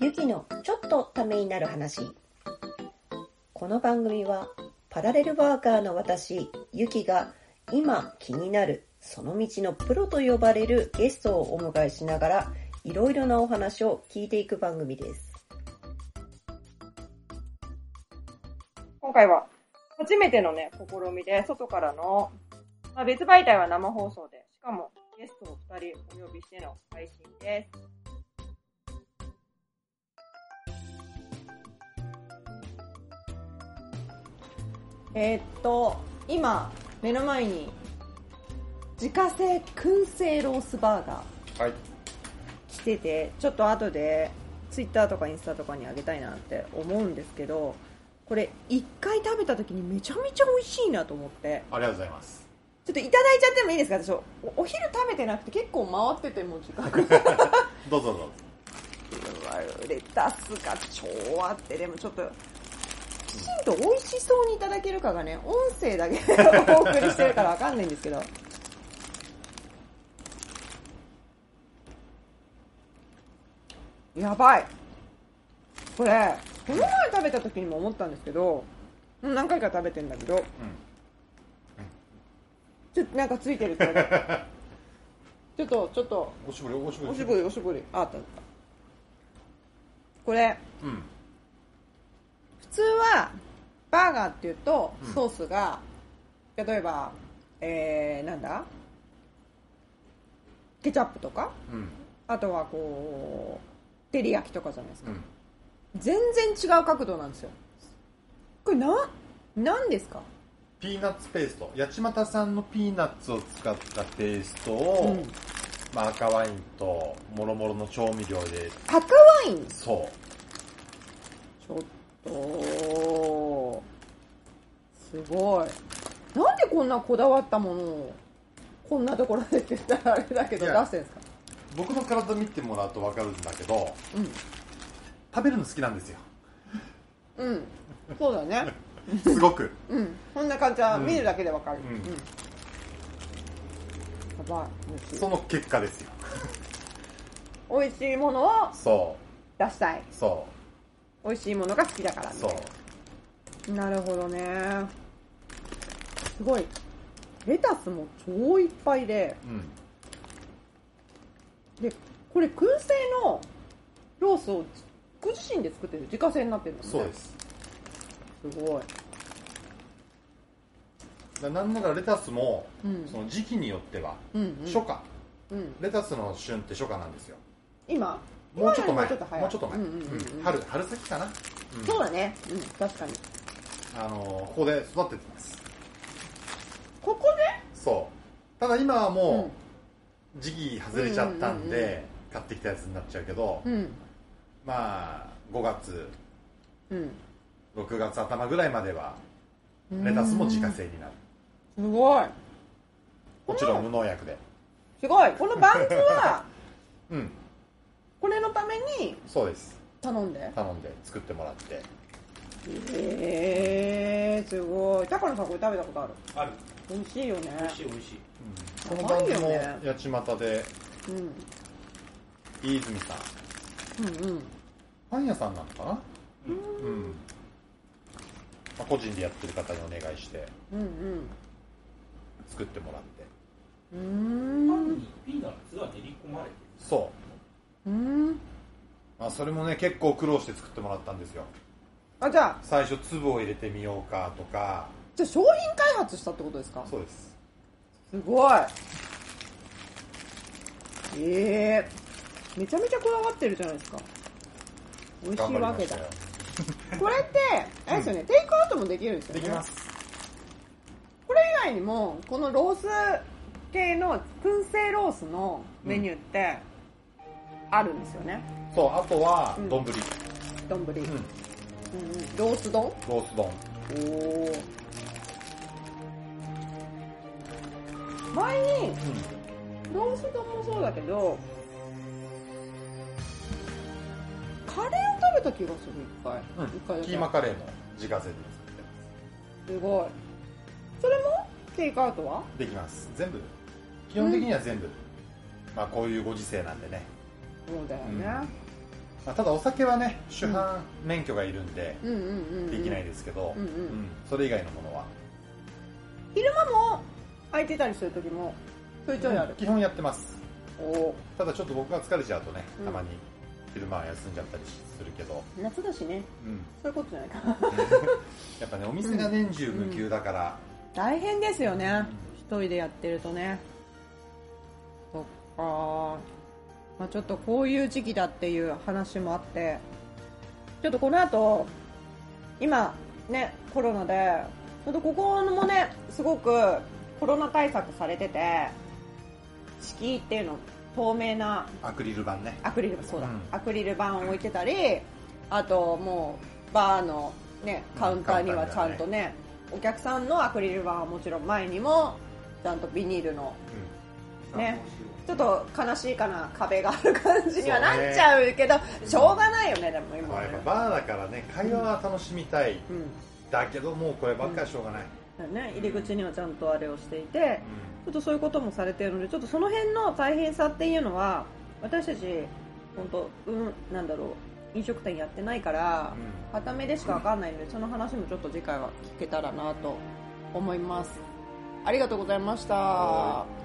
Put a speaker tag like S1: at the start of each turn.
S1: ゆきのちょっとためになる話この番組はパラレルワーカーの私ゆきが今気になるその道のプロと呼ばれるゲストをお迎えしながらいろいろなお話を聞いていく番組です
S2: 今回は初めてのね、試みで、外からの、まあ、別媒体は生放送で、しかもゲストを2人お呼びしての配信です。えーっと、今、目の前に、自家製燻製ロースバーガー
S3: はい。
S2: 来ててちょっと後でツイッターとかインスタとかにあげたいなって思うんですけどこれ一回食べた時にめちゃめちゃ美味しいなと思って
S3: ありがとうございます。
S2: ちょっといただいちゃってもいいですか私おお昼食べてなくて結構回ってても時間がうわ
S3: どうぞどうぞ。
S2: レタスが超あってでもちょっときちんと美味しそうにいただけるかがね音声だけお送りしてるからわかんないんですけどやばいこれこの前食べた時にも思ったんですけどもう何回か食べてんだけどちょっとなんかついてるけどちょっとちょっと
S3: おしぼり、おしぼり。
S2: おしぼりおしぼりああったあったこれ
S3: うん。
S2: 普通はバーガーっていうと
S3: うん
S2: ソースが、例えばえー、なんだケチャップとか
S3: うん。
S2: あとはこう照り焼きとかじゃないですか、
S3: うん。
S2: 全然違う角度なんですよこれな何ですか
S3: ピーナッツペースト。八街産のピーナッツを使ったペースト
S2: う
S3: を、
S2: ん
S3: まあ赤ワインと、もろもろの調味料で、
S2: 赤ワインち
S3: そ
S2: ょっとすごいなんでこんなこだわったものをこんなところでって言ったらあれだけど
S3: い
S2: 出
S3: や
S2: してるんですか
S3: う。僕の体見てもらうとわかるんだけど、
S2: うん
S3: 食べるの好きなんで すよ。
S2: うん、そうだね。
S3: すごく。
S2: うん、こんな感じは
S3: うん
S2: 見るだけでわかる。
S3: うん
S2: うん。やばい、
S3: その結果ですよ。
S2: 美味しい。美味しいものを
S3: そ
S2: 出したい。
S3: う。そ
S2: 美味しいものが好きだから
S3: う。そう。
S2: う。なるほどね。すごい。レタスも超いっぱいで、
S3: うん。
S2: で、これ燻製のロースをご自身で作ってる自家製になってるんだもんね。
S3: そうです。
S2: すごい。
S3: だなんならレタスも、
S2: うん
S3: その時期によっては、
S2: うん、
S3: 初夏、
S2: うん。うん。
S3: レタスの旬って初夏なんですよ。
S2: 今
S3: もうちょっと前。
S2: 今よりもうちょっと早い
S3: もうちょっと前。
S2: うんうんうんうん
S3: うん春、春先かな。うん
S2: そうだね。うん、確かに。
S3: あのーここで育ててます。
S2: ここ
S3: そう。ただ今は
S2: で
S3: もう、時期外れちゃったん
S2: うんうんうんう
S3: で、買ってきたやつになっちゃうけど、
S2: うん。うん。
S3: まあ、5月、
S2: うん。
S3: 6月頭ぐらいまでは、レタスも自家製になる。
S2: すごい
S3: もちろん無農薬で。
S2: すごいこのバンズは
S3: うん、
S2: これのために
S3: そうです。
S2: 頼んで
S3: 頼んで作ってもらって。
S2: へえー、すごい高野さんこれ食べたことある
S4: ある。
S2: 美味しいよね
S4: 美味しい美味しい。
S3: うん、この
S2: 甘
S3: 番
S2: いよ
S3: 組も
S2: ね
S3: 八街で、
S2: うん
S3: 飯泉さん、
S2: うんうん
S3: パン屋さんなのかなうん。まあ、個人でやってる方にお願いして、
S2: うん
S3: 作ってもらって。
S2: う
S4: パ
S2: ん
S4: ン
S2: う
S4: にピーナッツが練り込まれて
S3: そう。
S2: ーんうーん
S3: まあ、それもね結構苦労して作ってもらったんですよ
S2: あじゃあ
S3: 最初粒を入れてみようかとか
S2: じゃあ商品開発したってことですか
S3: そうです
S2: すごいええー、めちゃめちゃこだわってるじゃないですか美味し
S3: 頑
S2: い
S3: 張り
S2: わ
S3: ま
S2: け
S3: した
S2: だ
S3: よ
S2: これってあれですよね、テイクアウトもできるんですよね
S3: できます
S2: これ以外にもこのロース系の燻製ロースのメニューってあるんですよね
S3: そうあとは
S2: うん
S3: 丼、ぶり
S2: 丼、うんうん
S3: うん、
S2: ロース丼
S3: ロース丼
S2: おお前にロース丼もそうだけどカレーを食べた気がする一回、
S3: うん
S2: 一回だけ
S3: キーマカレーも自家製で作ってます
S2: ごいそれもテイクアウトは
S3: すできます全部基本的には全部、まあこういうご時世なんでね
S2: そうだよね、
S3: うんまあ、ただお酒はね主犯免許がいるんで、
S2: うんうんうんうん
S3: できないですけど、
S2: うんうん
S3: それ以外のものは
S2: 昼間も空いてたりする時もちょいちょいある、
S3: 基本やってます
S2: お
S3: ただちょっと僕が疲れちゃうとね
S2: うん
S3: たまに昼間は休んじゃったりするけど、
S2: 夏だしね
S3: うん
S2: そういうことじゃないかな
S3: やっぱねお店が年中無休だから、
S2: 大変ですよね一人でやってるとねそっかまあ、ちょっとこういう時期だっていう話もあってちょっとこの後今ねコロナでちょっとここもねすごくコロナ対策されてて敷居っていうの透明な
S3: アクリル板ね
S2: アクリル板そうだ、
S3: うん
S2: アクリル板を置いてたりあともうバーの、ね、カウンターにはちゃんとねお客さんのアクリル板はもちろん前にもちゃんとビニールのねちょっと悲しいかな壁がある感じにはなっちゃうけど
S3: ね
S2: しょうがないよねでも
S3: うん、
S2: 今
S3: ま
S2: は
S3: あ
S2: ね
S3: やっぱバーだからね会話は楽しみたい、
S2: うん
S3: だけどもうこればっかりはしょうがない、
S2: だよね入り口にはちゃんとあれをしていてち
S3: うん
S2: ょっとそういうこともされているのでちょっとその辺の大変さっていうのは私たち本当うんなんだろう飲食店やってないから
S3: うん
S2: 固めでしかわかんないのでその話もちょっと次回は聞けたらなと思いますありがとうございました
S3: は